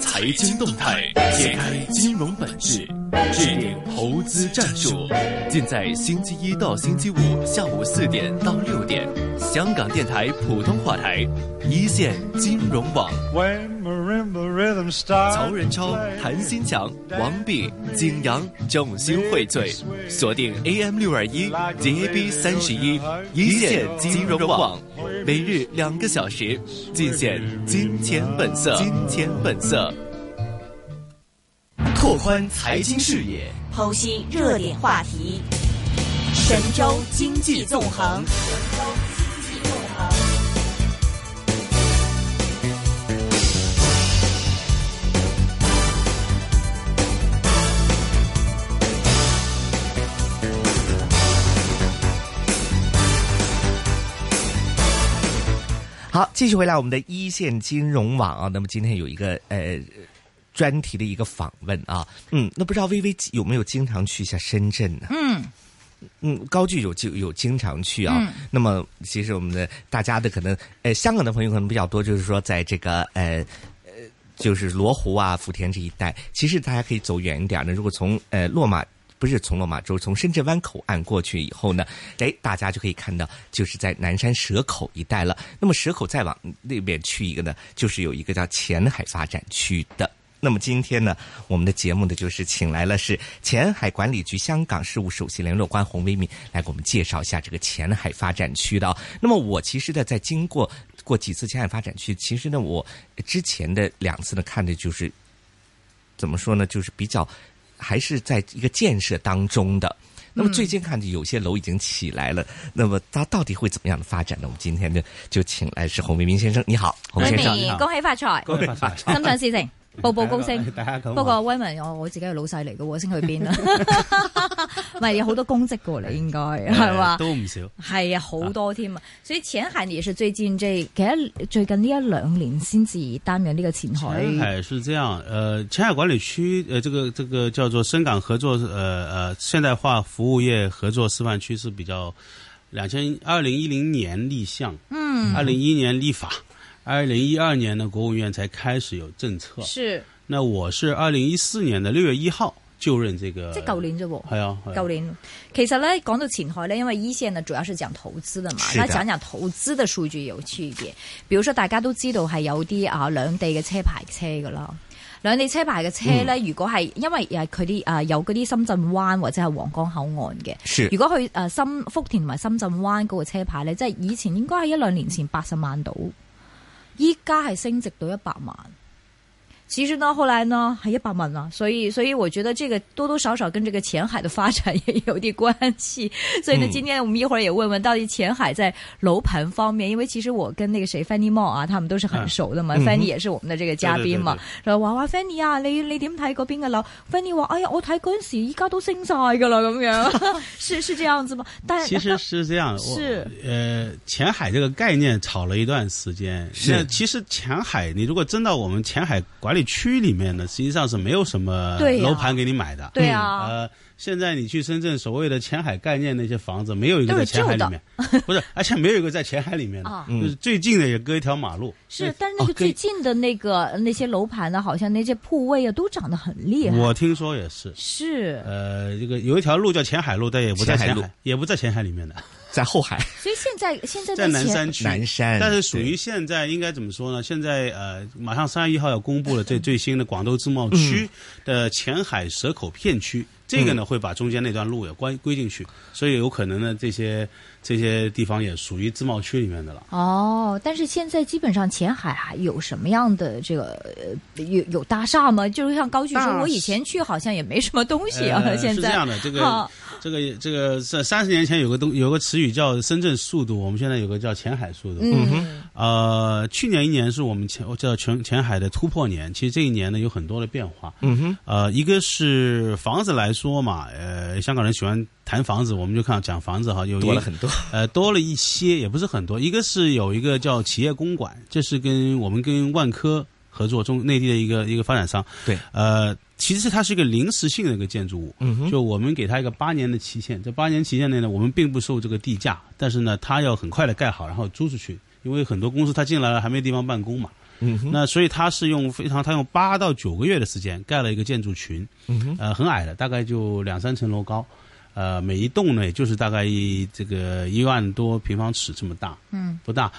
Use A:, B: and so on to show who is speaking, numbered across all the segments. A: 财经动态，揭开金融本质，制定投资战术，尽在星期一到星期五下午四点到六点，香港电台普通话台一线金融网。
B: When marimba rhythm starts
A: 曹仁超、谭新强、王弼、景阳、郑兴荟萃，锁定 AM 六二一 DAB 三十一一线金融网，每日两个小时，尽显金钱本色。金钱本色，拓宽财经视野，
C: 剖析热点话题，神州经济纵横。
D: 好，继续回来我们的一线金融网啊。那么今天有一个呃专题的一个访问啊，嗯，那不知道微微有没有经常去一下深圳呢、
E: 嗯，
D: 嗯，高聚有就有经常去啊。
E: 嗯
D: 那么其实我们的大家的可能呃香港的朋友可能比较多，就是说在这个呃。呃就是罗湖啊、福田这一带，其实大家可以走远一点儿呢。如果从呃落马不是从落马洲，从深圳湾口岸过去以后呢，哎，大家就可以看到，就是在南山蛇口一带了。那么蛇口再往那边去一个呢，就是有一个叫前海发展区的。那么今天呢，我们的节目呢，就是请来了是前海管理局香港事务首席联络官洪为民来给我们介绍一下这个前海发展区的啊、那么我其实呢，在经过过几次前海发展区，其实呢，我之前的两次呢，看的就是怎么说呢，就是比较还是在一个建设当中的。那么最近看着有些楼已经起来了，那么它到底会怎么样的发展呢？我们今天呢就请来是洪为民先生，你好，洪先生，
E: Remy，
D: 你好。
E: 恭喜發財，啊
D: 各位晚上
E: 心想事 成，步步高升。
F: 大家咁
E: 不過威文，我我自己係老細嚟嘅喎，升去邊 啊？唔係有好多公職嘅喎，你應該 係嘛？
F: 哎都唔少。
E: 係啊，好多添啊！所以前海也是最近這，其實最近呢一兩年先至擔任呢個前
F: 前
E: 海。
F: 海是这样，呃，前海管理区，呃，这个这个叫做深港合作，呃呃，现代化服务业合作示范区是比较两千二零一零年立项，嗯，二零一一年立法，二零一二年呢，国务院才开始有政策。
E: 是，
F: 那我是二零一四年的六月一号就任这个，
E: 即係舊年啫喎。
F: 系啊，系啊
E: 旧年，其实呢，讲到前海呢，因为一线呢主要是讲投资的嘛，
D: 是的
E: 那讲讲投资的数据有区别。比如说大家都知道系有啲啊兩地嘅車牌車噶啦。兩地車牌嘅車呢，
D: 嗯
E: 如果係因為誒佢啲誒呃有嗰啲深圳灣或者係皇崗口岸嘅，
D: 是
E: 如果去誒深福田同埋深圳灣嗰個車牌呢，即係以前應該係一兩年前八十萬到，依家係升值到一百萬。其实呢，后来呢还一百万呢，所以所以我觉得这个多多少少跟这个前海的发展也有点关系。 所以呢，今天我们一会儿也问问到底前海在楼盘方面，因为其实我跟那个谁 Fanny Mo 啊，他们都是很熟的嘛、f a n n y 也是我们的这个嘉宾嘛
F: 对对，
E: 就话哇 Fanny 啊，你你点睇嗰边嘅楼？Fanny 话哎呀，我睇嗰阵时依家都升晒噶啦咁样，是是这样子吗？ 但
F: 其实是这样，我
E: 是
F: 呃，前海这个概念炒了一段时间。
D: 是
F: 那其实前海，你如果真到我们前海管理区里面呢，实际上是没有什么
E: 对呀
F: 楼盘给你买的。
E: 对啊
F: 呃，现在你去深圳所谓的前海概念那些房子，没有一个在前海里面，不是，而且没有一个在前海里面的，
E: 啊
D: 嗯
F: 就是最近的也隔一条马路。
E: 是
F: 那，
E: 但是那个
F: 哦跟
E: 最近的那个、那些楼盘呢，好像那些铺位啊都涨得很厉害。
F: 我听说也是。
E: 是，
F: 呃，这个有一条路叫前海路，但也不在
D: 前海
F: 前
D: 路
F: 海，也不在前海里面的，
D: 在后海
E: 所以现在现在
F: 在
E: 的
F: 南
E: 前
F: 山区。
D: 南山，
F: 但是属于现在应该怎么说呢？现在呃，马上三月一号要公布了这最新的广州自贸区的前海蛇口片区，这个呢会把中间那段路也关归进去，所以有可能呢这些这些地方也属于自贸区里面的了。
E: 哦，但是现在基本上前海还有什么样的这个呃有有大厦吗？就是像高旭
F: 大厦
E: 说，我以前去好像也没什么东西啊，
F: 呃
E: 现
F: 是这
E: 在啊
F: 样的，这个
E: 好
F: 这个这个是三十年前有个东有个词语叫深圳速度，我们现在有个叫前海速度。
E: 嗯
F: 呃，去年一年是我们前我叫全前海的突破年，其实这一年呢有很多的变化。嗯哼，呃，一个是房子来说嘛，呃，香港人喜欢谈房子，我们就看讲房子哈，有一
D: 多了很多，
F: 呃，多了一些，也不是很多。一个是有一个叫企业公馆，这是跟我们跟万科合作中内地的一个一个发展商。
D: 对，
F: 呃，其实它是一个临时性的一个建筑物，嗯、就我们给它一个八年的期限，这八年期限内呢，我们并不收这个地价，但是呢，它要很快的盖好，然后租出去，因为很多公司它进来了还没地方办公嘛。
D: 嗯哼，
F: 那所以他是用非常，他用八到九个月的时间盖了一个建筑群，
D: 嗯哼，
F: 呃，很矮的，大概就两三层楼高，呃，每一栋呢也就是大概一这个一万多平方尺这么大，
E: 嗯，
F: 不大，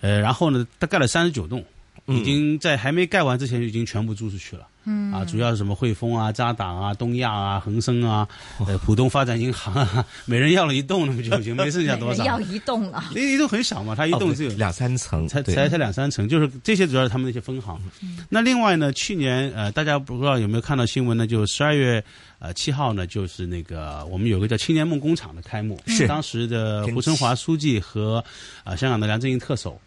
F: 呃，然后呢，他盖了三十九栋，
D: 嗯
F: 已经在还没盖完之前就已经全部租出去了。嗯啊，主要是什么汇丰啊、渣打啊、东亚啊、恒生啊、
D: 哦
F: 呃浦东发展银行啊， 每人要了一栋，那么就已经没剩下
E: 每
F: 多
E: 人
F: 少
E: 要
F: 了。
E: 一栋了。
F: 那一栋很小嘛，它一
D: 哦
F: 栋
D: 不
F: 只有
D: 两三层，
F: 才
D: 对嗯
F: 才才两三层，就是这些主要是他们那些分行。那另外呢，去年呃，大家不知道有没有看到新闻呢？就十二月呃七号呢，就是那个我们有个叫青年梦工厂的开幕，
D: 嗯是
F: 当时的
D: 天
F: 胡春华书记和啊、呃香港的梁振英特首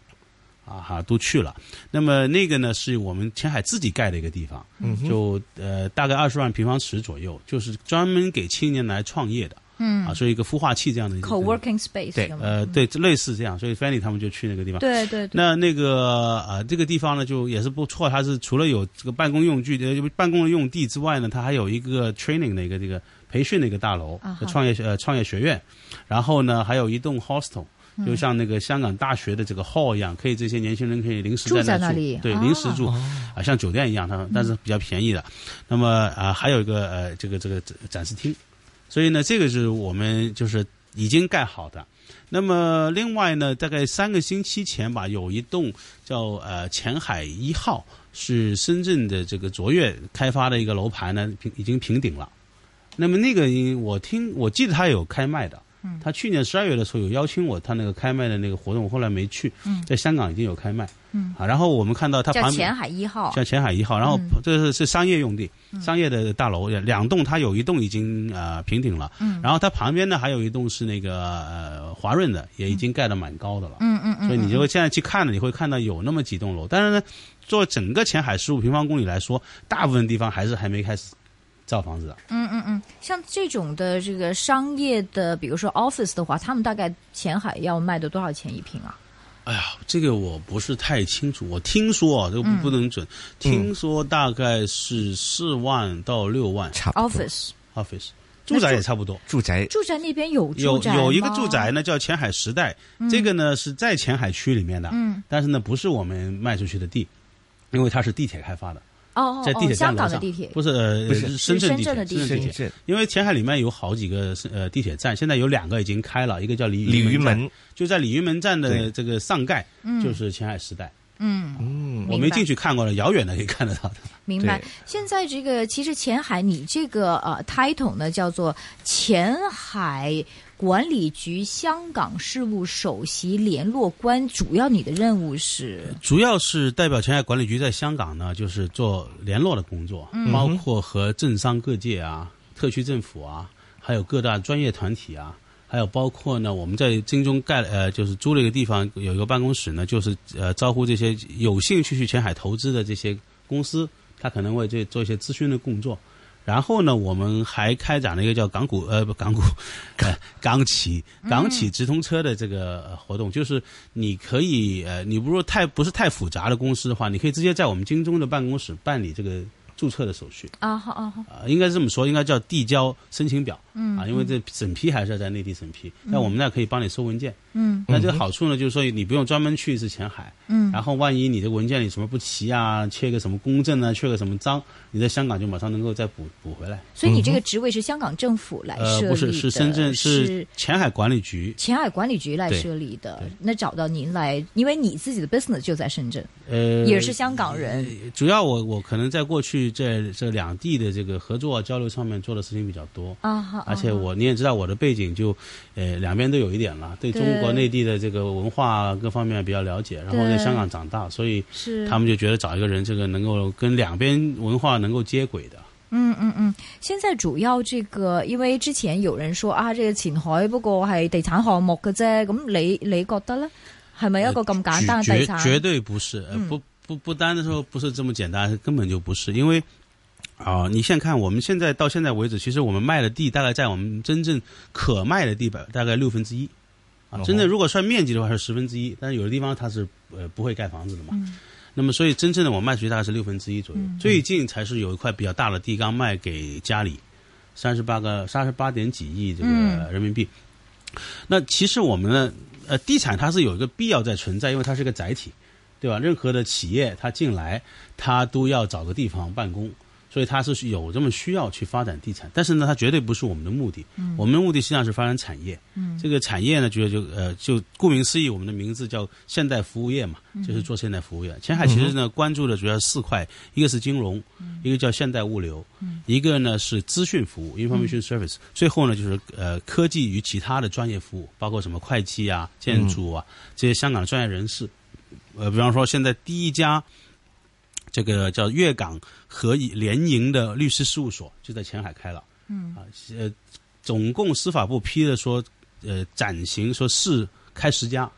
F: 啊哈都去了。那么那个呢，是我们前海自己盖的一个地方，
D: 嗯哼
F: 就呃大概二十万平方尺左右，就是专门给青年来创业的。
E: 嗯
F: 啊，所以一个孵化器这样的一个
E: ，co-working space
D: 对
E: 有吗
F: 呃，，对，类似这样，所以 Fanny 他们就去那个地方。
E: 对对对，
F: 那那个呃，这个地方呢，就也是不错。它是除了有这个办公用具、呃办公的用地之外呢，它还有一个 training 的一个这个培训的一个大楼
E: 啊哈，
F: 创业呃创业学院。然后呢，还有一栋 hostel，就
E: 嗯
F: 像那个香港大学的这个 hall 一样，可以这些年轻人可以临时
E: 住在
F: 在
E: 那里
F: 对，
E: 啊嗯
F: 临时住啊，像酒店一样，它但是比较便宜的。那么啊，还有一个呃，这个这个展展示厅。所以呢，这个是我们就是已经盖好的。那么另外呢，大概三个星期前吧，有一栋叫呃前海一号，是深圳的这个卓越开发的一个楼盘呢，平已经平顶了。那么那个因我听我记得他有开卖的，
E: 嗯
F: 他去年十二月的时候有邀请我，他那个开卖的那个活动，我后来没去，在香港已经有开卖，
E: 嗯
F: 啊，然后我们看到他
E: 叫
F: 旁
E: 前
F: 边。
E: 海一号，
F: 像前海一号，然后
E: 嗯
F: 这是是商业用地，商业的大楼，两栋它有一栋已经呃平顶了，
E: 嗯
F: 然后它旁边呢还有一栋是那个呃华润的，也已经盖得蛮高的了，
E: 嗯嗯嗯，
F: 所以你就会现在去看呢，你会看到有那么几栋楼，但是呢，做整个前海十五平方公里来说，大部分地方还是还没开始造房子的，
E: 嗯嗯嗯，像这种的这个商业的，比如说 office 的话，他们大概前海要卖的多少钱一平啊？
F: 哎呀，这个我不是太清楚，我听说啊，这个不
E: 嗯
F: 不能准，听说大概是四万到六万
D: 差不多
E: office
F: office，住宅也差不多。
D: 住宅
E: 住宅那边有住
F: 有
E: 宅
F: 有一个
E: 吗
F: 住宅，呢，叫前海时代，这个呢是在前海区里面的，
E: 嗯，
F: 但是呢不是我们卖出去的地，因为它是地铁开发的，
E: 哦哦
F: 在地
E: 哦，
F: 铁站
E: 香
F: 楼
E: 港
F: 上，
E: 的地铁
F: 不是呃
D: 不是
F: 是深圳地
E: 是深圳的地
F: 铁，
E: 铁
F: 深
D: 深
F: 地铁，
D: 圳
F: 因为前海里面有好几个是呃地铁站，现在有两个已经开了，一个叫鲤
D: 鲤鱼
F: 门站，
D: 门，
F: 就在鲤鱼门站的
D: 对
F: 这个上盖，
E: 嗯
F: 就是前海时代，
E: 嗯，
D: 嗯，
F: 我
E: 明
F: 没
E: 白
F: 进去看过了，遥远的可以看得到的，
E: 明白
D: 对。
E: 现在这个其实前海，你这个呃 title 呢叫做前海管理局香港事务首席联络官，主要你的任务是
F: 主要是代表前海管理局在香港呢，就是做联络的工作，包括和政商各界啊、特区政府啊，还有各大专业团体啊，还有包括呢，我们在京中盖了呃，就是租了一个地方，有一个办公室呢，就是呃招呼这些有兴趣去前海投资的这些公司，他可能会这做一些咨询的工作。然后呢，我们还开展了一个叫港股呃不港股，呃 港企
E: 嗯
F: 港企直通车的这个呃活动，就是你可以呃，你如果太不是太复杂的公司的话，你可以直接在我们京东的办公室办理这个注册的手续
E: 啊，好啊好，
F: 啊、应该是这么说，应该叫递交申请表，嗯啊，因为这审批还是要在内地审批，那我们那可以帮你收文件，
E: 嗯，
F: 那这个好处呢，就是说你不用专门去一次前海，
E: 嗯，
F: 然后万一你的文件里什么不齐啊，缺个什么公证啊，缺个什么章，你在香港就马上能够再补补回来，
E: 所以你这个职位是香港政府来
F: 嗯呃
E: 设立，的，
F: 不是是深圳
E: 是
F: 是前海管理局，
E: 前海管理局来
F: 对
E: 设立的
F: 对。
E: 那找到您来，因为你自己的 business 就在深圳，
F: 呃，
E: 也是香港人。
F: 主要我我可能在过去这这两地的这个合作交流上面做的事情比较多，
E: 啊哈，
F: 而且
E: 啊哈
F: 我你也知道我的背景就，呃两边都有一点了，对中国
E: 对
F: 内地的这个文化各方面比较了解，然后在
E: 对
F: 香港长大，所以
E: 是
F: 他们就觉得找一个人这个能够跟两边文化能够接轨的，
E: 嗯嗯嗯，现在主要这個，因為之前有人說啊，这個前海不過係地產項目嘅啫，咁你你覺得咧？係咪一個咁簡單嘅
F: 绝
E: 地
F: 绝
E: 產？
F: 绝对不是，呃
E: 嗯
F: 不不不单的时候不是这么简单，根本就不是，因为啊、你现在看我们现在到现在为止，其实我们卖的地大概在我们真正可卖的地百大概六分之一啊
D: 哦，
F: 真正如果算面积的话是十分之一，但是有的地方它是呃不会盖房子的嘛。那么，所以真正的我卖出去大概是六分之一左右。最近才是有一块比较大的地刚卖给家里，三十八个三十八点几亿这个
E: 嗯
F: 人民币。那其实我们呢，呃，地产它是有一个必要在存在，因为它是个载体。对吧？任何的企业它进来，它都要找个地方办公，所以它是有这么需要去发展地产，但是呢，它绝对不是我们的目的。我们的目的实际上是发展产业。嗯，这个产业呢，就就呃，就顾名思义，我们的名字叫现代服务业嘛，就是做现代服务业。前海其实呢，关注的主要是四块，一个是金融，一个叫现代物流，一个呢是资讯服务 （information service），最后呢就是呃科技与其他的专业服务，包括什么会计啊、建筑啊这些香港的专业人士。呃，比方说现在第一家这个叫粤港合营联营的律师事务所就在前海开了。嗯啊，呃，总共司法部批了说，呃，暂行说是开十家，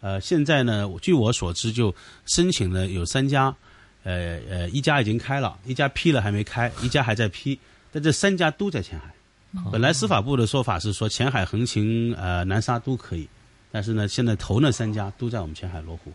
F: 呃，现在呢，我据我所知就申请了有三家，呃呃，一家已经开了，一家批了还没开，一家还在批，但这三家都在前海。本来司法部的说法是说前海、横琴、呃南沙都可以，但是呢，现在头那三家都在我们前海罗湖。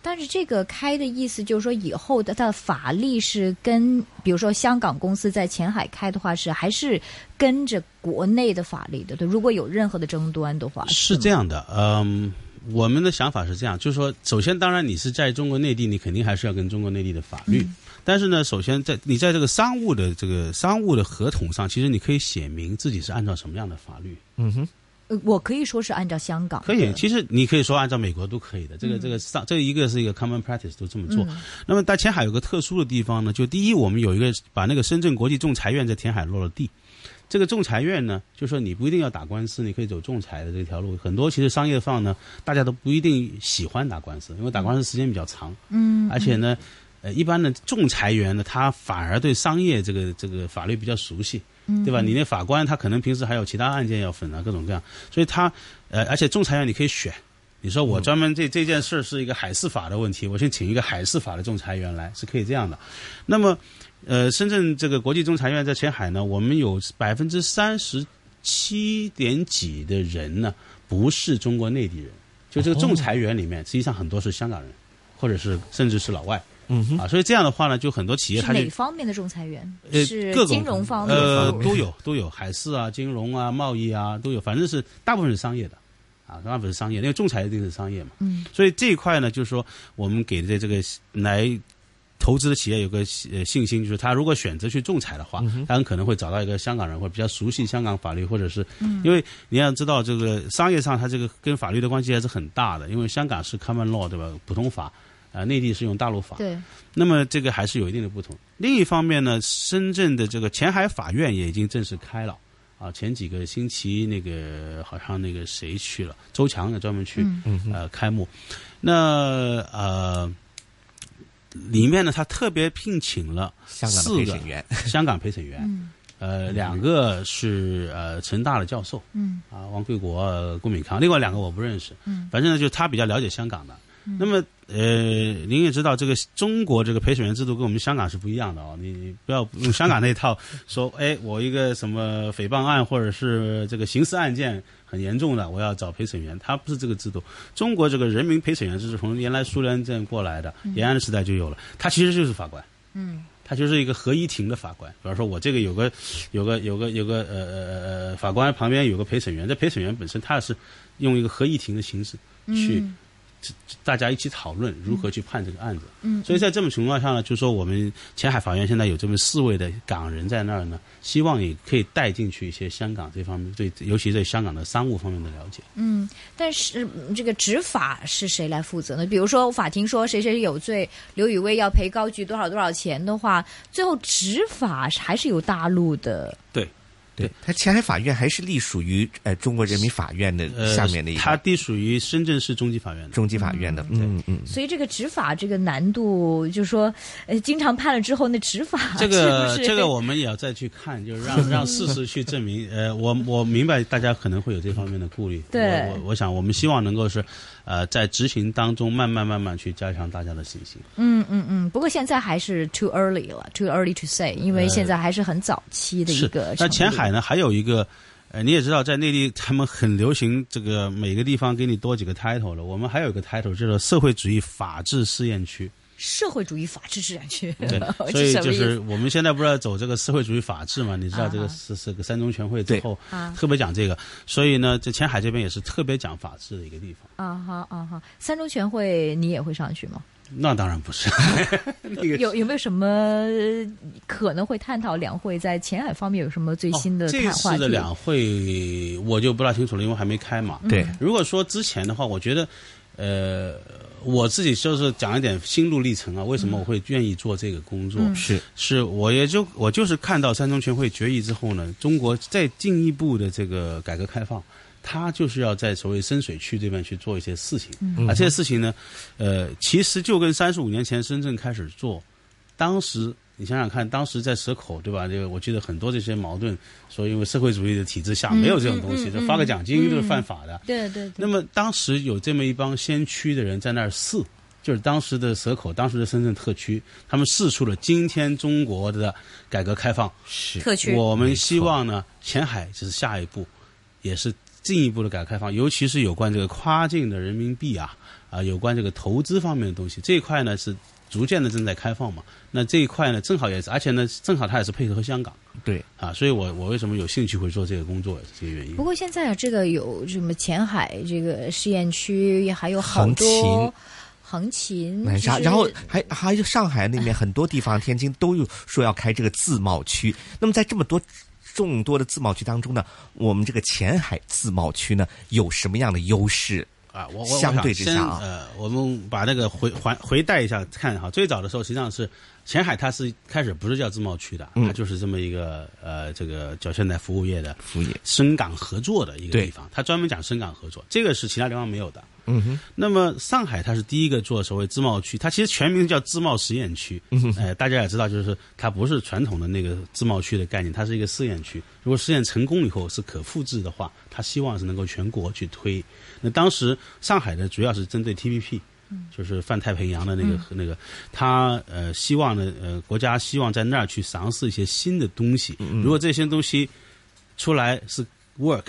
E: 但是这个开的意思就是说，以后的它的法律是跟，比如说香港公司在前海开的话，是还是跟着国内的法律的，对？如果有任何的争端的话，
F: 是这样的，嗯，我们的想法是这样，就是说，首先，当然你是在中国内地，你肯定还是要跟中国内地的法律。但是呢，首先在你在这个商务的这个商务的合同上，其实你可以写明自己是按照什么样的法律。
D: 嗯哼，
E: 呃我可以说是按照香港的
F: 可以，其实你可以说按照美国都可以的，这个这个上这一个是一个 common practice 都这么做。那么在前海有个特殊的地方呢，就第一，我们有一个把那个深圳国际仲裁院在前海落了地。这个仲裁院呢，就说你不一定要打官司，你可以走仲裁的这条路。很多其实商业上呢，大家都不一定喜欢打官司，因为打官司时间比较长。嗯，而且呢，呃，一般的仲裁员呢，他反而对商业这个这个法律比较熟悉，对
D: 嗯
F: 吧？你那法官他可能平时还有其他案件要审啊，各种各样，所以他呃，而且仲裁员你可以选。你说
D: 嗯
F: 我专门这这件事儿是一个海事法的问题，我先请一个海事法的仲裁员来，是可以这样的。那么，呃，深圳这个国际仲裁院在前海呢，我们有百分之三十七点几的人呢，不是中国内地人，就
D: 哦
F: 这个仲裁员里面，实际上很多是香港人，或者是甚至是老外。
D: 嗯哼，
F: 啊，所以这样的话呢，就很多企业
E: 是
F: 它就
E: 哪方面的仲裁员？
F: 呃
E: 是
F: 各种
E: 金融方面
F: 呃
E: 的吗，
F: 都有都有海事啊、金融啊、贸易啊都有，反正是大部分是商业的啊，大部分是商业，因为仲裁一定是商业嘛。
E: 嗯，
F: 所以这一块呢，就是说我们给的这个来投资的企业有个呃信心，就是他如果选择去仲裁的话，他很可能会找到一个香港人或者比较熟悉香港法律，或者是、
E: 嗯
F: 因为你要知道这个商业上它这个跟法律的关系还是很大的，因为香港是 common law 对吧，普通法。啊、内地是用大陆法，
E: 对，
F: 那么这个还是有一定的不同。另一方面呢，深圳的这个前海法院也已经正式开了啊，前几个星期那个好像那个谁去了，周强也专门去、呃开幕。那呃，里面呢，他特别聘请了
D: 香港的
F: 四
D: 陪
F: 个
D: 审员，
F: 香港陪审员，呃，两个是呃成大的教授，嗯，啊，王贵国、呃顾敏康，另外两个我不认识，嗯，反正呢，就是他比较了解香港的。那么，呃，您也知道，这个中国这个陪审员制度跟我们香港是不一样的哦。你你不要用香港那一套说，哎，我一个什么诽谤案或者是这个刑事案件很严重的，我要找陪审员，他不是这个制度。中国这个人民陪审员制是从原来苏联这样过来的，延安时代就有了，他其实就是法官。
E: 嗯
F: 他就是一个合议庭的法官。比方说，我这个有个有个有个有个呃呃呃呃法官旁边有个陪审员，这陪审员本身他是用一个合议庭的形式去。大家一起讨论如何去判这个案子，嗯，所以在这种情况下呢，就说我们前海法院现在有这么四位的港人在那儿呢，希望也可以带进去一些香港这方面对，尤其对香港的商务方面的了解。
E: 但是嗯这个执法是谁来负责呢？比如说法庭说谁谁有罪，刘雨薇要赔高局多少多少钱的话，最后执法还是由大陆的
F: 对，
D: 对，它前海法院还是隶属于呃中国人民法院的
F: 呃，
D: 下面的一
F: 它
D: 个
F: 隶属于深圳市中级法院的。
D: 中级法院的，嗯嗯，
E: 所以这个执法这个难度，就是说，呃，经常判了之后，那执法
F: 这个
E: 啊是不是
F: 这个我们也要再去看，就是 让让事实去证明。呃，我我明白大家可能会有这方面的顾虑，
E: 对
F: 我我我想我们希望能够是，呃，在执行当中慢慢慢慢去加强大家的信心。
E: 嗯嗯嗯。不过现在还是 too early 了，too early to say，因为现在还是很早期的一
F: 呃是
E: 个程度。，
F: 那前海呢还有一个，呃，你也知道，在内地他们很流行这个每个地方给你多几个 title 了，我们还有一个 title 叫做社会主义法治试验区。
E: 社会主义法治自然区，
F: 对，所以就是我们现在不是要走这个社会主义法治嘛？你知道这个
E: 啊
F: 是是个三中全会之后
E: 啊
F: 特别讲这个，所以呢，这前海这边也是特别讲法治的一个地方。
E: 啊哈啊哈，三中全会你也会上去吗？
F: 那当然不是，那个
E: 有有没有什么可能会探讨两会在前海方面有什么最 新的
F: 哦、这
E: 探话
F: 次
E: 题？
F: 的两会我就不大清楚了，因为还没开嘛。
D: 对，
F: 如果说之前的话，我觉得，呃，我自己就是讲一点心路历程啊，为什么我会愿意做这个工
E: 嗯
F: 作？
D: 是
F: 是我也就我就是看到三中全会决议之后呢，中国再进一步的这个改革开放，它就是要在所谓深水区这边去做一些事情，
E: 嗯
F: 而这些事情呢，呃，其实就跟三十五年前深圳开始做，当时。你想想看，当时在蛇口，对吧？这个我记得很多这些矛盾，说因为社会主义的体制下没有这种东西，
E: 嗯嗯
F: 就发个奖金就是犯法的。
E: 对对对
F: 那么当时有这么一帮先驱的人在那儿试，就是当时的蛇口，当时的深圳特区，他们试出了今天中国的改革开放。
D: 是，
C: 特区
F: 我们希望呢，前海是下一步，也是进一步的改革开放，尤其是有关这个跨境的人民币啊啊，有关这个投资方面的东西这一块呢是逐渐的正在开放嘛。那这一块呢，正好也是，而且呢，正好它也是配合香港
D: 对，
F: 啊，所以我我为什么有兴趣会做这个工作，也是这个原因
E: 不。过现在啊这个有什么前海这个试验区，还有好
D: 横
E: 多
D: 琴
E: 横琴，
F: 嗯
D: 南沙，
E: 就是
D: 然后还还有上海那边很多地方，天津都有说要开这个自贸区。那么在这么多众多的自贸区当中呢，我们这个前海自贸区呢有什么样的优势？
F: 啊，我我我
D: 相
F: 想
D: 对之
F: 先
D: 下啊
F: 呃，我们把那个回还回带一下看哈。最早的时候，实际上是前海，它是开始不是叫自贸区的，
D: 嗯
F: 它就是这么一个呃，这个叫现代服务业的
D: 服务业，
F: 深港合作的一个
D: 对
F: 地方，它专门讲深港合作，这个是其他地方没有的。
D: 嗯哼，
F: 那么上海它是第一个做所谓自贸区，它其实全名叫自贸实验区。嗯，呃，大家也知道，就是它不是传统的那个自贸区的概念，它是一个试验区。如果试验成功以后是可复制的话，它希望是能够全国去推。那当时上海呢，主要是针对 TPP。就是
D: 嗯
F: 泛太平洋的那个、那个，它呃希望呢呃国家希望在那儿去尝试一些新的东西。
D: 嗯
F: 如果这些东西出来是 work，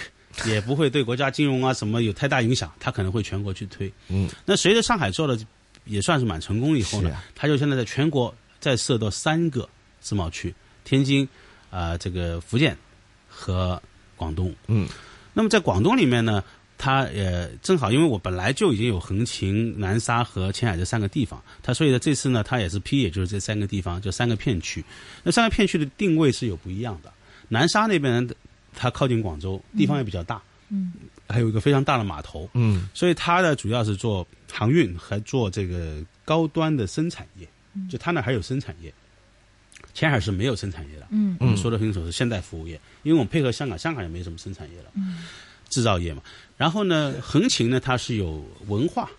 F: 也不会对国家金融啊什么有太大影响，它可能会全国去推。
D: 嗯，
F: 那随着上海做的也算是蛮成功以后呢，
D: 是啊
F: 它就现在在全国再设到三个自贸区，天津、啊、这个福建和广东。
D: 嗯，
F: 那么在广东里面呢，它呃正好因为我本来就已经有横琴、南沙和前海这三个地方，它所以呢这次呢它也是批，也就是这三个地方，就三个片区。那三个片区的定位是有不一样的。南沙那边呢它靠近广州，地方也比较大，
E: 嗯，
F: 还有一个非常大的码头，
D: 嗯，
F: 所以它呢主要是做航运和做这个高端的生产业，
E: 嗯
F: 就它那还有生产业，前海是没有生产业的。
E: 嗯
F: 我们说的很清楚是现代服务业，因为我们配合香港，香港也没什么生产业了，
E: 嗯
F: 制造业嘛。然后呢，横琴呢它是有文化、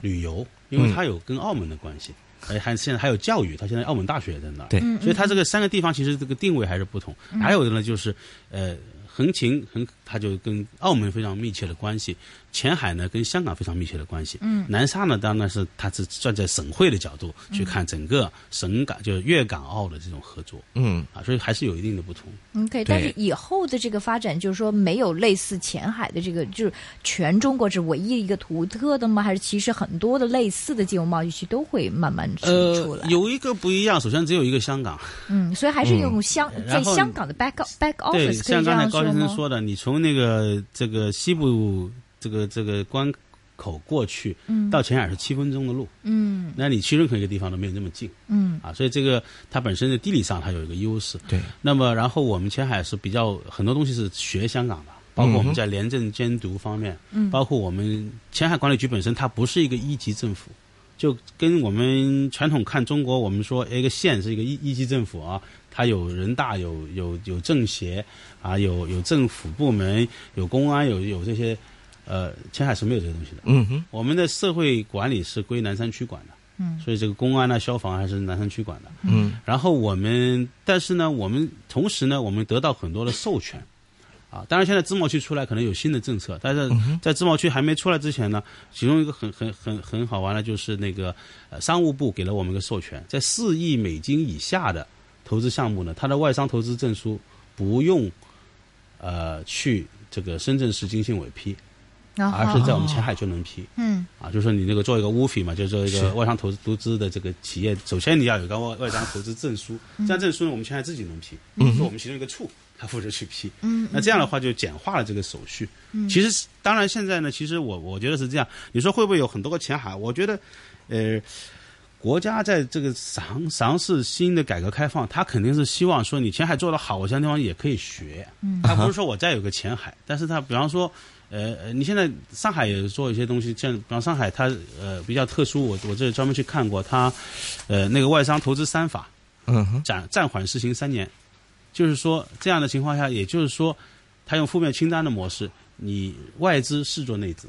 F: 旅游，因为它有跟澳门的关系，而且还现在还有教育，它现在澳门大学也在那儿。
D: 对
E: 嗯
F: 所以它这个三个地方其实这个定位还是不同。还有的呢，就是呃，横琴横它就跟澳门非常密切的关系，前海呢跟香港非常密切的关系。嗯，南沙呢当然是它是站在省会的角度
E: 嗯
F: 去看整个省港就是粤港澳的这种合作
D: 嗯，
F: 啊，所以还是有一定的不同。
E: OK，
D: 对
E: 但是以后的这个发展，就是说没有类似前海的这个，就是全中国只唯一一个独特的吗？还是其实很多的类似的金融贸易区都会慢慢出出来？
F: 呃有一个不一样，首先只有一个香港，
E: 嗯，所以还是用香、在
F: 然后
E: 香港的 back back
F: 对，
E: office 哦可以
F: 像
E: 这
F: 刚才
E: 样
F: 高先
E: 吗
F: 生？说的，你从那个这个西部这个这个关口过去，
E: 嗯
F: 到前海是七分钟的路，
E: 嗯
F: 那你去任何一个地方都没有那么近
E: 嗯
F: 啊，所以这个它本身的地理上它有一个优势。
D: 对，
F: 那么然后我们前海是比较很多东西是学香港的。包括我们在廉政监督方面，
E: 嗯
F: 包括我们前海管理局本身，它不是一个一级政府，就跟我们传统看中国，我们说哎一个县是一个一一级政府啊，它有人大，有有有政协啊，有有政府部门，有公安，有有这些，呃，前海是没有这些东西的。
D: 嗯哼，
F: 我们的社会管理是归南山区管的，
E: 嗯
F: 所以这个公安啊、消防还是南山区管的。
D: 嗯，
F: 然后我们，但是呢，我们同时呢，我们得到很多的授权，啊，当然现在自贸区出来可能有新的政策，但是在自贸区还没出来之前呢，其中一个很很很很好玩的就是那个呃商务部给了我们一个授权，在四亿美金以下的投资项目呢，它的外商投资证书不用呃去这个深圳市经信委批，
E: 然
F: 而是在我们前海就能批。
E: 嗯
F: 啊，就是说你那个做一个 WFI 嘛，就是做一个外商投资投资的这个企业，首先你要有一个外外商投资证书，这样证书呢，我们现在自己能批，是我们其中一个处他负责去批。
E: 嗯，
F: 那这样的话就简化了这个手续。其实当然现在呢，其实我我觉得是这样，你说会不会有很多个前海？我觉得，呃。国家在这个尝尝试新的改革开放，他肯定是希望说你前海做得好，我其他地方也可以学。嗯，他不是说我再有个前海，但是他比方说，呃，呃你现在上海也做一些东西，像比方上海它呃比较特殊，我我这专门去看过它，呃那个外商投资三法
D: 嗯哼，
F: 暂暂缓实行三年，就是说这样的情况下，也就是说，它用负面清单的模式，你外资视作内资，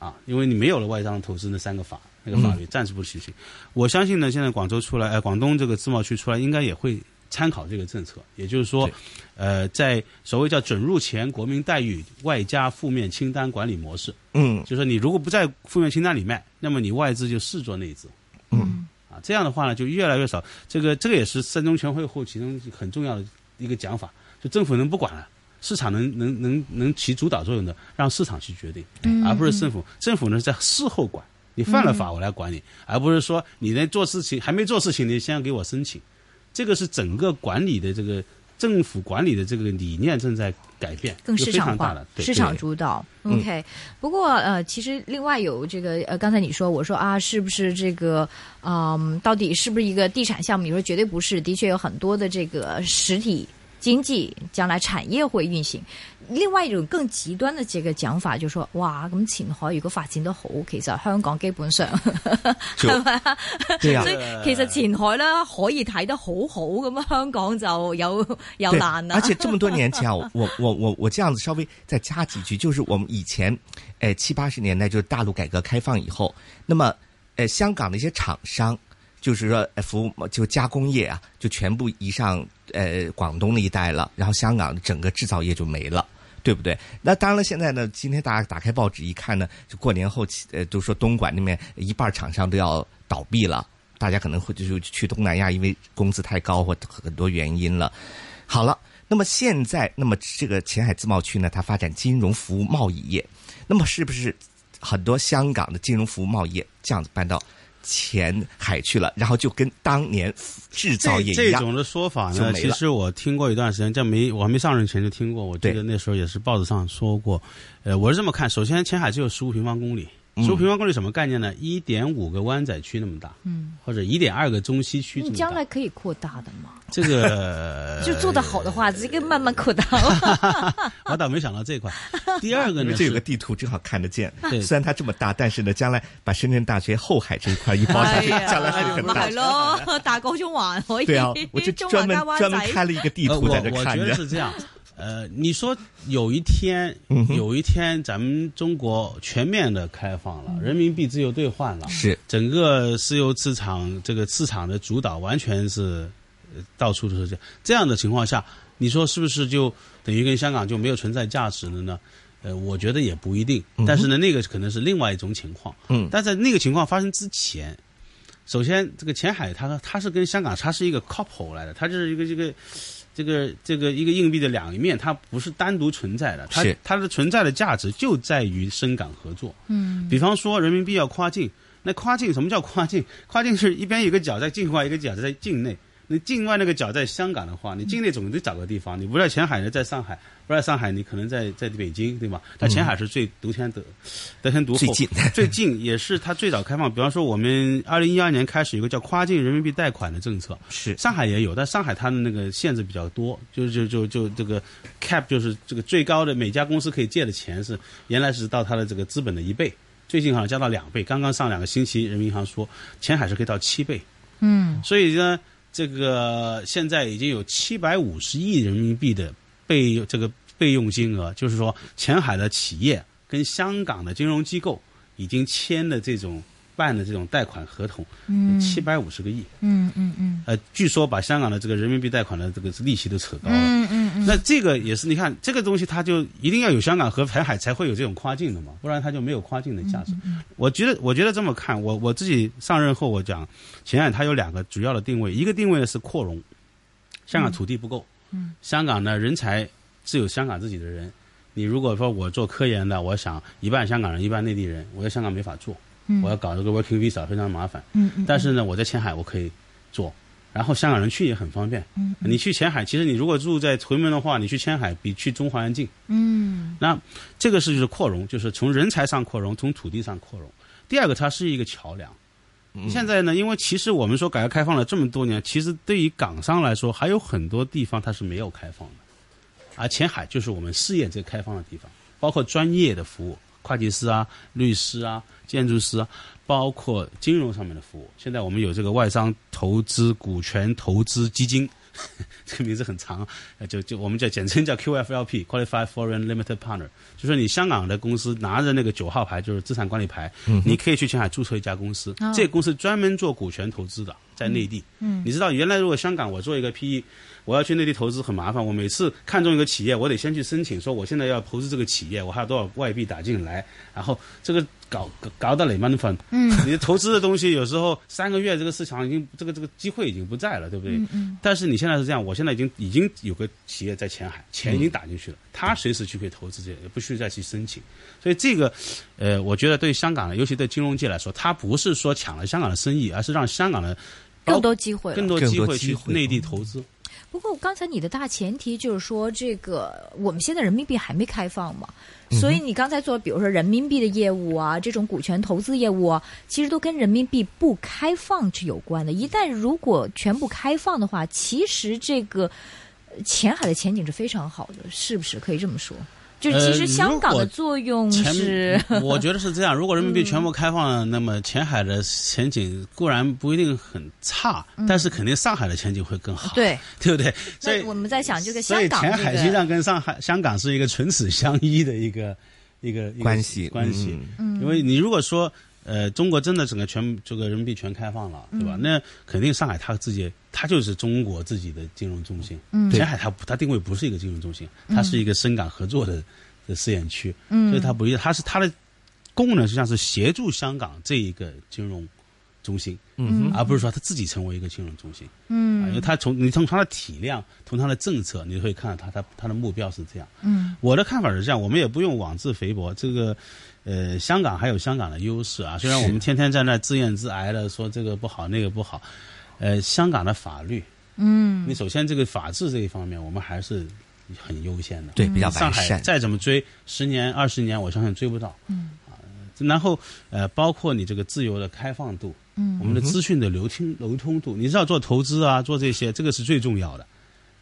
F: 啊，因为你没有了外商投资那三个法那个法律暂时不实行。我相信呢，现在广州出来，呃，广东这个自贸区出来，应该也会参考这个政策，也就是说
D: 对，
F: 呃，在所谓叫准入前国民待遇外加负面清单管理模式，
D: 嗯
F: 就是你如果不在负面清单里面，那么你外资就视作内资。
D: 嗯
F: 啊，这样的话呢，就越来越少。这个这个也是三中全会后其中很重要的一个讲法，就政府能不管了，市场能能能能起主导作用的，让市场去决定，
E: 嗯
F: 而不是政府。政府呢在事后管，你犯了法我来管你，而不是说你在做事情还没做事情，你先给我申请。这个是整个管理的这个政府管理的这个理念正在改变，
E: 更
F: 就
E: 市
F: 非
E: 场
F: 常大
E: 化
F: 了，，对
E: 市场主导。
D: 嗯
E: OK，不过呃，其实另外有这个呃，刚才你说我说啊，是不是这个嗯、到底是不是一个地产项目？你说绝对不是，的确有很多的这个实体经济将来产业会运行。另外一種更極端嘅這個講法就說：哇，咁前海如果發展得好，其實香港基本上
D: 就
E: 係咪啊？
D: 对呀
E: 所以其實前海咧可以睇得好好咁啊，香港就有有
D: 对，
E: 難啦
D: 而。且这么多年前啊，我我我我这样子稍微再加几句，就是我们以前，呃七八十年代就是大陆改革开放以后，那么呃香港的一些厂商，就是说呃服务就加工业啊，就全部移上呃广东那一带了，然后香港整个制造业就没了。对不对？那当然了，现在呢，今天大家打开报纸一看呢，就过年后，呃，都说东莞那边一半厂商都要倒闭了，大家可能会就是去东南亚，因为工资太高或很多原因了。好了，那么现在，那么这个前海自贸区呢，它发展金融服务贸易业，那么是不是很多香港的金融服务贸易业这样子搬到前海去了，然后就跟当年制造业
F: 这
D: 一
F: 这
D: 样？
F: 种的说法
D: 就
F: 呢，
D: 没
F: 其
D: 了
F: 实我听过一段时间，在没我还没上任前就听过。我记
D: 对
F: 得那时候也是报纸上说过。呃，我是这么看：首先，前海只有十五平方公里，
D: 嗯
F: 十五平方公里什么概念呢？一点五个湾仔区那么大，
E: 嗯，
F: 或者一点二个中西区这
E: 你
F: 么
E: 将来
F: 大。
E: 可以扩大的嘛？
F: 这个
E: 就做得好的话，这个慢慢扩大。
F: 我倒没想到这一 块。第二个
D: 因为
F: 呢
D: 这有
F: 是
D: 个地图正好看得见，
F: 对
D: 虽然它这么大，但是呢，将来把深圳大学后海这一块一包下去，将来还是很大
E: 系。咯，大高中环可以。
D: 对啊，我就
E: 哎中
D: 专
E: 环
D: 门
E: 加湾
D: 专门
E: 仔
D: 开了一个地
F: 呃，
D: 图
F: 我
D: 在这
F: 我
D: 看
F: 觉
D: 着
F: 得。是这样。呃，你说有一天，
D: 嗯
F: 有一天咱们中国全面的开放了，人民币自由兑换了，
D: 嗯是
F: 整个石油市场这个市场的主导完全是呃到处都是这样。这样的情况下，你说是不是就等于跟香港就没有存在价值了呢？呃，我觉得也不一定。但是呢，那个可能是另外一种情况。
D: 嗯
F: 但在那个情况发生之前，首先这个前海它它是跟香港它是一个 couple 来的，它就是一个这个。这个这个一个硬币的两面，它不是单独存在的，它
D: 是
F: 它的存在的价值就在于深港合作。
E: 嗯，
F: 比方说人民币要跨境，那跨境什么叫跨 境？跨境是一边有个脚在境外，一个脚在境内。你境外那个脚在香港的话，你境内总得找个地方，你不在前海呢，在上海；不在上海，你可能在在北京，对吧？但前海是最独天得得天独厚，
D: 嗯最近
F: 最近也是它最早开放。比方说，我们二零一二年开始有个叫跨境人民币贷款的政策，
D: 是
F: 上海也有，但上海它的那个限制比较多，就就就就这个 cap 就是这个最高的每家公司可以借的钱是原来是到它的这个资本的一倍，最近好像加到两倍，刚刚上两个星期人民银行说前海是可以到七倍，
E: 嗯，
F: 所以呢，这个现在已经有七百五十亿人民币的备这个备用金额，就是说前海的企业跟香港的金融机构已经签的这种办的这种贷款合同，七百五十个亿，
E: 嗯嗯嗯
F: 呃，据说把香港的这个人民币贷款的这个利息都扯高了。
E: 嗯嗯嗯，
F: 那这个也是，你看这个东西，它就一定要有香港和台海才会有这种跨境的嘛，不然它就没有跨境的价
E: 嗯
F: 值。我觉得，我觉得这么看，我我自己上任后，我讲前海它有两个主要的定位，一个定位呢是扩
E: 嗯
F: 容，香港土地不够，香港呢人才只有香港自己的人，你如果说我做科研的，我想一半香港人，一半内地人，我在香港没法做，
E: 嗯
F: 我要搞这个 working visa 非常麻烦。
E: 嗯嗯，
F: 但是呢，我在前海我可以做，然后香港人去也很方便。
E: 嗯
F: 你去前海，其实你如果住在屯门的话，你去前海比去中环要近。
E: 嗯
F: 那这个是就是扩容，就是从人才上扩容，从土地上扩容。第二个，它是一个桥梁。现在呢，因为其实我们说改革开放了这么多年，其实对于港商来说，还有很多地方它是没有开放的，而前海就是我们事业最开放的地方，包括专业的服务，会计师啊、律师啊、建筑师啊，包括金融上面的服务。现在我们有这个外商投资股权投资基金，这个名字很长啊，呃就就我们叫简称叫 QFLP（Qualified Foreign Limited Partner），就说你香港的公司拿着那个九号牌，就是资产管理牌，你可以去前海注册一家公司，
E: 哦
F: 这个公司专门做股权投资的，在内地。
E: 嗯
F: 你知道原来如果香港我做一个 E PE，我要去内地投资很麻烦，我每次看中一个企业，我得先去申请，说我现在要投资这个企业，我还有多少外币打进来，然后这个搞搞搞得累满烦。
E: 嗯
F: 你投资的东西有时候三个月这个市场已经这个这个机会已经不在了，对不对？
E: 嗯嗯
F: 但是你现在是这样，我现在已经已经有个企业在前海，钱已经打进去了，他随时去可以投资这个，也不需要再去申请。所以这个，呃，我觉得对香港的，尤其对金融界来说，它不是说抢了香港的生意，而是让香港的
G: 更多机会
F: 更
G: 了。
F: 多
D: 更
F: 机
D: 多
F: 会
D: 机
F: 去
D: 会
F: 内地投资。
E: 不过刚才你的大前提就是说，这个我们现在人民币还没开放嘛，
F: 嗯
E: 所以你刚才做，比如说人民币的业务啊，这种股权投资业务啊，其实都跟人民币不开放是有关的。一旦如果全部开放的话，其实这个呃前海的前景是非常好的，是不是可以这么说？就是其实
F: 呃
E: 香港
F: 如
E: 的
F: 果
E: 作用
F: 前
E: 嗯是，嗯
F: 我觉得是这样。如果人民币全部开放了，那么前海的前景固然不一定很差，但是肯定上海的前景会更好，
E: 嗯对。
F: 对不对？所以
E: 那我们在想这个
F: 所
E: 香
F: 以
E: 港
F: 前海实
E: 这
F: 际
E: 个，
F: 上跟上海、香港是一个唇齿相依的一个一个一个
D: 关系
F: 关系。
D: 嗯
F: 因为你如果说呃中国真的整个全这个人民币全开放了，对吧？那肯定上海它自己它就是中国自己的金融中心。
E: 嗯
F: 前海它不它定位不是一个金融中心，它是一个深港合作的的试验区，所以它不一样，它是它的功能实际上是协助香港这一个金融中心。
D: 嗯
F: 而不是说它自己成为一个金融中心。啊，因
E: 嗯
F: 为它从你从它的体量，从它的政策，你会看到它它它的目标是这样。
E: 嗯
F: 我的看法是这样，我们也不用妄自菲薄。这个，呃，香港还有香港的优势啊。虽然我们天天在那自怨自艾的哎说这个不好那个不好，呃，香港的法律，
E: 嗯
F: 你首先这个法治这一方面，我们还是很优先的。
D: 对，比较
F: 嗯上
D: 完
F: 海
D: 善。
F: 再怎么追，十年二十年，我相信追不到。嗯。然后，呃，包括你这个自由的开放度，
E: 嗯
F: 我们的资讯的流通流通度，你知道做投资啊，做这些，这个是最重要的，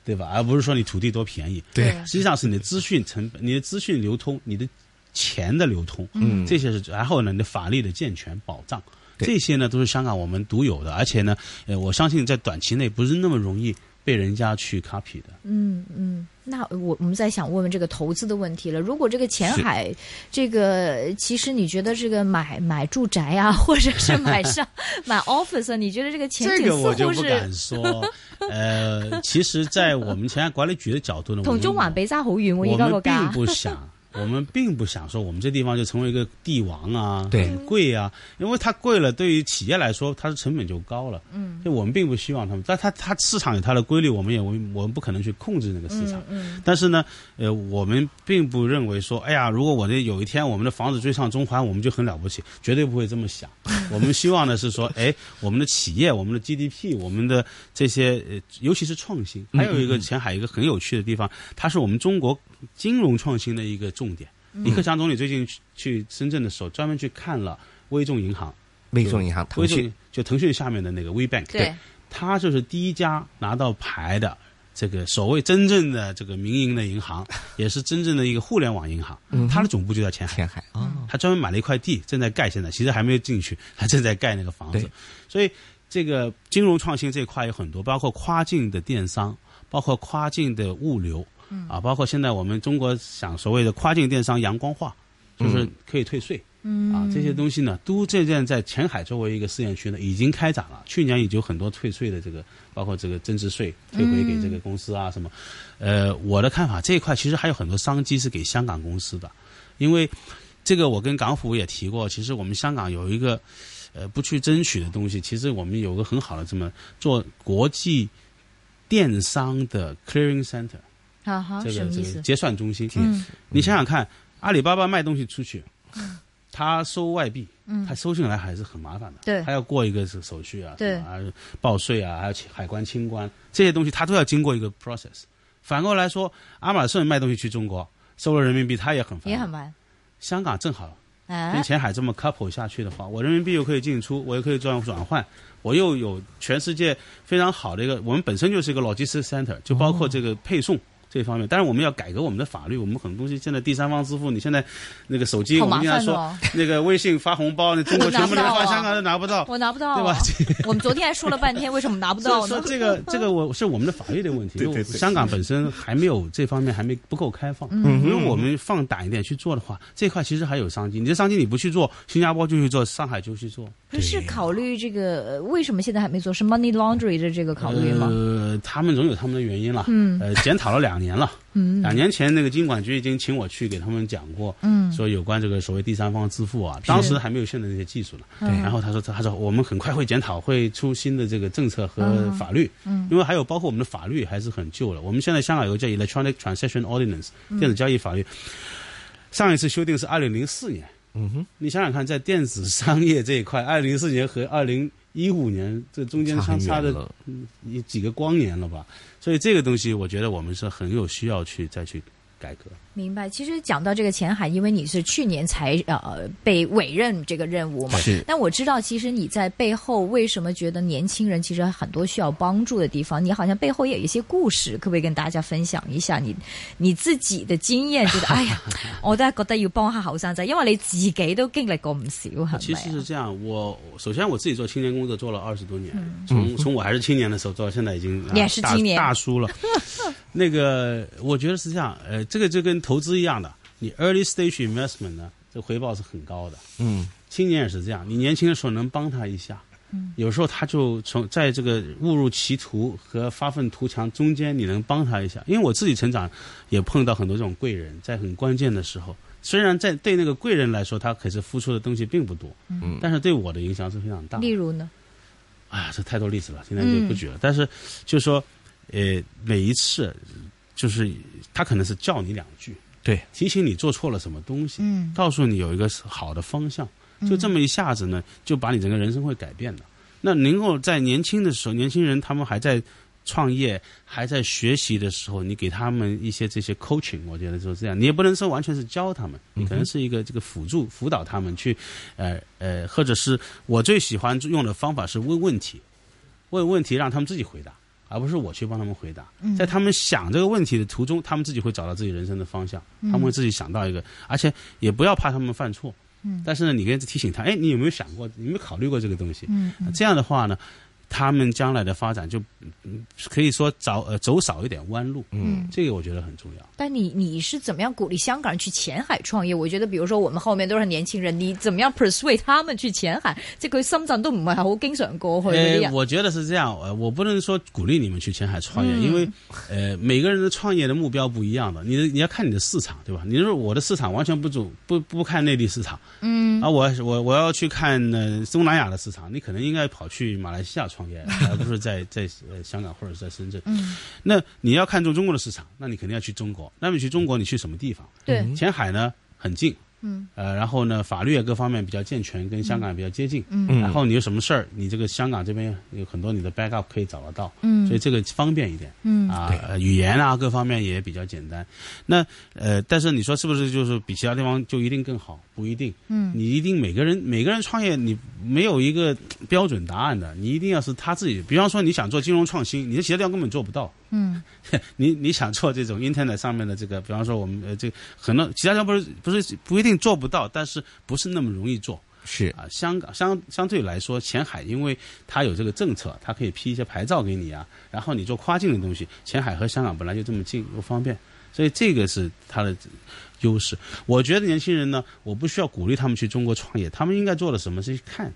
F: 对吧？而不是说你土地多便宜，
D: 对
F: 实际上是你的资讯成本、你的资讯流通、你的钱的流通，
D: 嗯
F: 这些是，然后呢，你的法律的健全保障，
D: 对
F: 这些呢都是香港我们独有的，而且呢，呃，我相信在短期内不是那么容易被人家去 copy 的。
E: 嗯嗯，那我我们在想问问这个投资的问题了。如果这个前海，这个其实你觉得这个买买住宅啊，或者 是买上买 office，啊，你觉得这个前
F: 这
E: 景
F: 个
E: 似
F: 我就
E: 乎
F: 不
E: 是
F: 敢说，呃，其实，在我们前海管理局的 角度呢，我
E: 同
F: 们
E: 中环比差好远，我
F: 嗯我
E: 而家
F: 们
E: 个
F: 并
E: 价。
F: 不想，我们并不想说我们这地方就成为一个帝王啊，
D: 对
F: 很贵啊，因为它贵了，对于企业来说，它的成本就高了。嗯，就我们并不希望他们，但它它市场有它的规律，我们也我们我们不可能去控制那个市场。
E: 嗯
F: 但是呢，呃，我们并不认为说，哎呀，如果我这有一天我们的房子追上中环，我们就很了不起，绝对不会这 么想。我们希望的是说，哎，我们的企业、我们的 GDP、我们的这些，呃，尤其是创新，还有一个前海一个很有趣的地方，它是我们中国金融创新的一个重点。
D: 嗯
F: 李克强总理最近去去深圳的时候，专门去看了微众银行，
D: 微众银行、腾
F: 微众
D: 讯，
F: 就腾讯下面的那个 WeBank，
G: 对，
F: 它就是第一家拿到牌的这个所谓真正的这个民营的银行，也是真正的一个互联网银行。它的总部就在前
D: 嗯
F: 海，
D: 前海啊，
F: 它专门买了一块地，正在盖，现在其实还没有进去，还正在盖那个房子
D: 对。
F: 所以这个金融创新这一块有很多，包括跨境的电商，包括跨境的物流，啊，包括现在我们中国想所谓的跨境电商阳光化，就是可以退税。
E: 嗯
F: 啊，这些东西呢，都这件在前海作为一个试验区呢，已经开展了。去年已经有很多退税的这个，包括这个增值税退回给这个公司啊什么。呃，我的看法这一块其实还有很多商机是给香港公司的，因为这个我跟港府也提过，其实我们香港有一个呃不去争取的东西，其实我们有个很好的这么做国际电商的 clearing center。
E: 嗯哈哈，
F: 这
E: 什
F: 个
E: 么
F: 这
E: 意
F: 个
E: 思？
F: 结算中心。
E: 嗯
F: 你想想看，阿里巴巴卖东西出去，他收外币，他收进来还是很麻烦的，
E: 嗯对
F: 他要过一个手手续啊，
E: 对
F: 什么啊，报税啊，还有海关清关这些东西，他都要经过一个 process。反过来说，亚马逊卖东西去中国，收了人民币，他也很烦。
E: 也很慢，
F: 香港正好
E: 哎
F: 跟，前海这么 couple 下去的话，我人民币又可以进出，我又可以转转换，我又有全世界非常好的一个，我们本身就是一个 logistics center，就包
E: 哦
F: 括这个配送。这方面，但是我们要改革我们的法律，我们很多东西现在第三方支付，你现在那个手机，
E: 好
F: 我们
E: 麻
F: 经常
E: 烦的
F: 说
E: 哦，
F: 那个微信发红包，那中国全部
E: 我拿不
F: 人
E: 到
F: 发
E: 啊
F: 香港都拿不到，
E: 我拿不到啊，
F: 对吧？
E: 我们昨天还说了半天，为什么拿不到
F: 说
E: 呢
F: 说？这个这个我是我们的法律的问题，因为香港本身还没有这方面还没不够开放，
E: 嗯
F: 如果我们放胆一点去做的话，这块其实还有商机。你这商机你不去做，新加坡就去做，上海就去做，
E: 不是考虑这个呃为什么现在还没做？是 money laundry 的这个考虑吗？
F: 呃，他们总有他们的原因了。
E: 嗯
F: 呃，检讨了两年了。
E: 嗯
F: 两年前那个金管局已经请我去给他们讲过，
E: 嗯
F: 说有关这个所谓第三方支付啊，当时还没有现在这些技术呢。
E: 对
F: 然后他说，他说我们很快会检讨，会出新的这个政策和
E: 嗯
F: 法律，
E: 嗯
F: 因为还有包括我们的法律还是很旧了。我们现在香港有个叫 Electronic Transaction Ordinance
E: 嗯
F: 电子交易法律，上一次修订是二零零四年。
D: 嗯哼，
F: 你想想看，在电子商业这一块，二零零四年和二零一五年这中间
D: 差
F: 相
D: 很
F: 差
D: 远
F: 的
D: 了。
F: 一几个光年了吧？所以这个东西，我觉得我们是很有需要去再去改革。
E: 明白。其实讲到这个前海，因为你是去年才呃被委任这个任务嘛，
D: 是
E: 但我知道，其实你在背后为什么觉得年轻人其实很多需要帮助的地方，你好像背后也有一些故事，可不可以跟大家分享一下你你自己的经验？觉得哎 呀，我都系覺得要幫下後生仔，因為你自己都經歷過唔少，係
F: 其
E: 咪
F: 实
E: 啊
F: 是这样，我首先我自己做青年工作做了二十多年，从从我还是青年的时候做到现在已经、啊
E: 嗯你还是
F: 大
E: 青年
F: 大叔了。那个我觉得是这样，呃，这个就跟投资一样的，你 early stage investment 呢，这回报是很高的。
D: 嗯，
F: 青年也是这样，你年轻的时候能帮他一下，有时候他就从在这个误入歧途和发愤图强中间，你能帮他一下。因为我自己成长也碰到很多这种贵人，在很关键的时候，虽然在对那个贵人来说，他可是付出的东西并不多，
D: 嗯
F: 但是对我的影响是非常大的
E: 例。如呢？
F: 啊，这太多例子了，今天就不举了。但是就说，呃，每一次就是他可能是叫你两句，
D: 对，
F: 提醒你做错了什么东西，
E: 嗯
F: 告诉你有一个好的方向，就这么一下子呢，就把你整个人生会改变的。那能够在年轻的时候，年轻人他们还在创业、还在学习的时候，你给他们一些这些 coaching，我觉得就是这样。你也不能说完全是教他们，你可能是一个这个辅助辅导他们去，呃呃，或者是我最喜欢用的方法是问问题，问问题让他们自己回答。而不是我去帮他们回答，在他们想这个问题的途中，他们自己会找到自己人生的方向，他们会自己想到一个，而且也不要怕他们犯错。嗯，但是呢，你跟提醒他，哎，你有没有想过，你有没有考虑过这个东西？
E: 嗯
F: 这样的话呢，他们将来的发展就嗯嗯可以说找呃走少一点弯路。
E: 嗯
F: 这个我觉得很重要。
E: 但你你是怎么样鼓励香港人去前海創業？我覺得，比如說我們後面都是年輕人，你怎麼樣 persuade 他們去前海？即係佢深圳都唔係好經常過去嗰啲啊
F: 呃，
E: 人。
F: 我觉得是这样，呃，我不能说鼓励你们去前海创业，
E: 嗯
F: 因为呃，每个人的创业的目标不一样的，你的你要看你的市场，对吧？你说我的市场完全不主不不看内地市场，嗯，啊，我我我要去看呃东南亚的市场，你可能应该跑去马来西亚创 业，而不是在在呃香港或者是在深圳。嗯，那你要看中中国的市场，那你肯定要去中国。那么去中国，你去什么地方？
E: 對，
F: 前海呢很近，嗯，呃，然后呢，法律啊各方面比较健全，跟香港比较接近，嗯，然后你有什么事儿，你这个香港这边有很多你的 backup 可以找得到，嗯，所以这个方便一点，嗯啊，呃语言啊各方面也比较简单。那呃，但是你说是不是就是比其他地方就一定更好？不一定，嗯，你一定每个人每个人创业，你没有一个标准答案的，你一定要是他自己。比方说你想做金融创新，你在其他地方根本做不到， 你你想做这种 Internet 上面的这个，比方说我们呃这个很多其他地方不是不是不一定做不到，但是不是那么容易做
D: 是
F: 啊。香港相相对来说，前海因为它有这个政策，它可以批一些牌照给你啊，然后你做跨境的东西，前海和香港本来就这么近又方便，所以这个是它的优势。我觉得年轻人呢，我不需要鼓励他们去中国创业，他们应该做的什么是去看。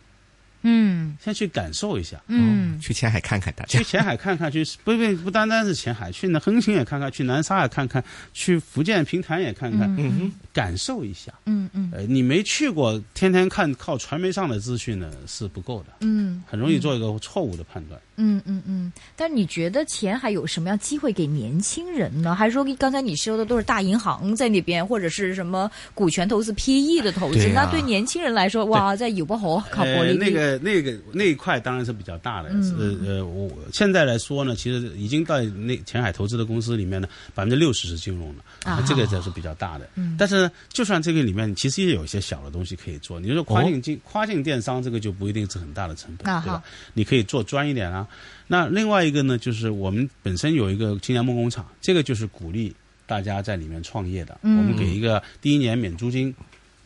E: 嗯
F: 先去感受一下。
E: 嗯
D: 去前海看看大家
F: 去。前海看看，去不不不单单是前海，去那横琴也看看，去南沙也看看，去福建平潭也看看，
D: 嗯哼，
F: 感受一下。
E: 嗯嗯
F: 呃，你没去过，天天看靠传媒上的资讯呢是不够的，
E: 嗯
F: 很容易做一个错误的判断。
E: 嗯嗯嗯。但你觉得前海有什么样机会给年轻人呢？还是说刚才你说的都是大银行在那边，或者是什么股权投资、PE 的投资？
D: 对啊
E: 那对年轻人来说，哇，在有不好靠玻
F: 呃，
E: 璃
F: 那个那个那一块当然是比较大的，
E: 嗯
F: 呃呃，我现在来说呢，其实已经到那前海投资的公司里面呢，百分之六十是金融的，
E: 啊嗯
F: 这个才是比较大的。但是呢，就算这个里面其实也有一些小的东西可以做，你就说跨境经、跨境电商这个就不一定是很大的成本，
E: 啊
F: 对
E: 哈
F: 吧？你可以做专一点啊。那另外一个呢，就是我们本身有一个青年梦工厂，这个就是鼓励大家在里面创业的。
E: 嗯
F: 我们给一个第一年免租金，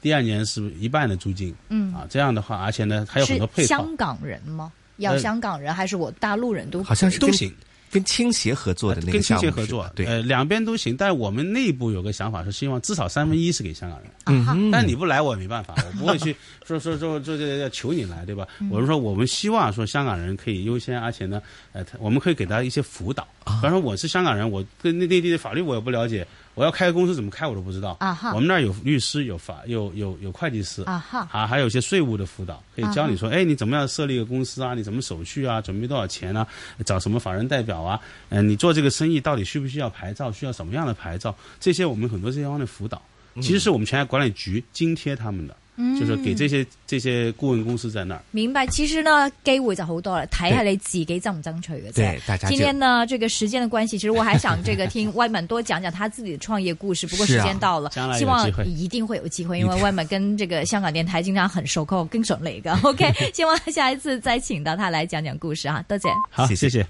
F: 第二年是一半的租金。
E: 嗯
F: 啊，这样的话，而且呢还有很多
E: 是
F: 配套
E: 香，港人吗？要
F: 呃
E: 香港人还是我大陆人都
D: 好像是
F: 嗯都
D: 跟
F: 行，
D: 跟青协合作的那个
F: 跟
D: 项
F: 青
D: 目
F: 协
D: 是吧，
F: 合作，
D: 对，
F: 呃，两边都行。但我们内部有个想法是，希望至少三分一是给香港人。
D: 嗯
E: 啊
D: 哼，
F: 但你不来我也没办法，我不会去说 说说说这要求你来，对吧？
E: 嗯
F: 我是说我们希望说香港人可以优先，而且呢，呃，他我们可以给他一些辅导。
D: 啊
F: 比方说我是香港人，我对内内地的法律我也不了解，我要开个公司怎么开我都不知道。
E: 啊哈
F: 我们那儿有律师，有法，有有有会计师
E: 啊哈
F: 啊，还有一些税务的辅导，可以教你说，哎，你怎么样设立一个公司啊？你怎么手续啊？准备多少钱啊？找什么法人代表啊？嗯、你做这个生意到底需不需要牌照？需要什么样的牌照？这些我们很多这些方面的辅导，
D: 嗯
F: 其实是我们前海管理局津贴他们的，就是给这些这些顾问公司在那儿。
E: 明白，其实呢，机会就好多了，睇下你自己争唔争取嘅
D: 对大
E: 啫。
D: 家就
E: 今天呢，这个时间的关系，其实我还想这个听外满多讲讲他自己的创业故事。不过
D: 是
E: 时
D: 啊
E: 间到了，
F: 将来有
E: 希望
F: 机会
E: 一定会有机会，因为外满跟这个香港电台经常很熟扣，跟上嚟噶。OK，希望下一次再请到他来讲讲故事啊，多谢。
F: 好，
D: 谢谢
F: 谢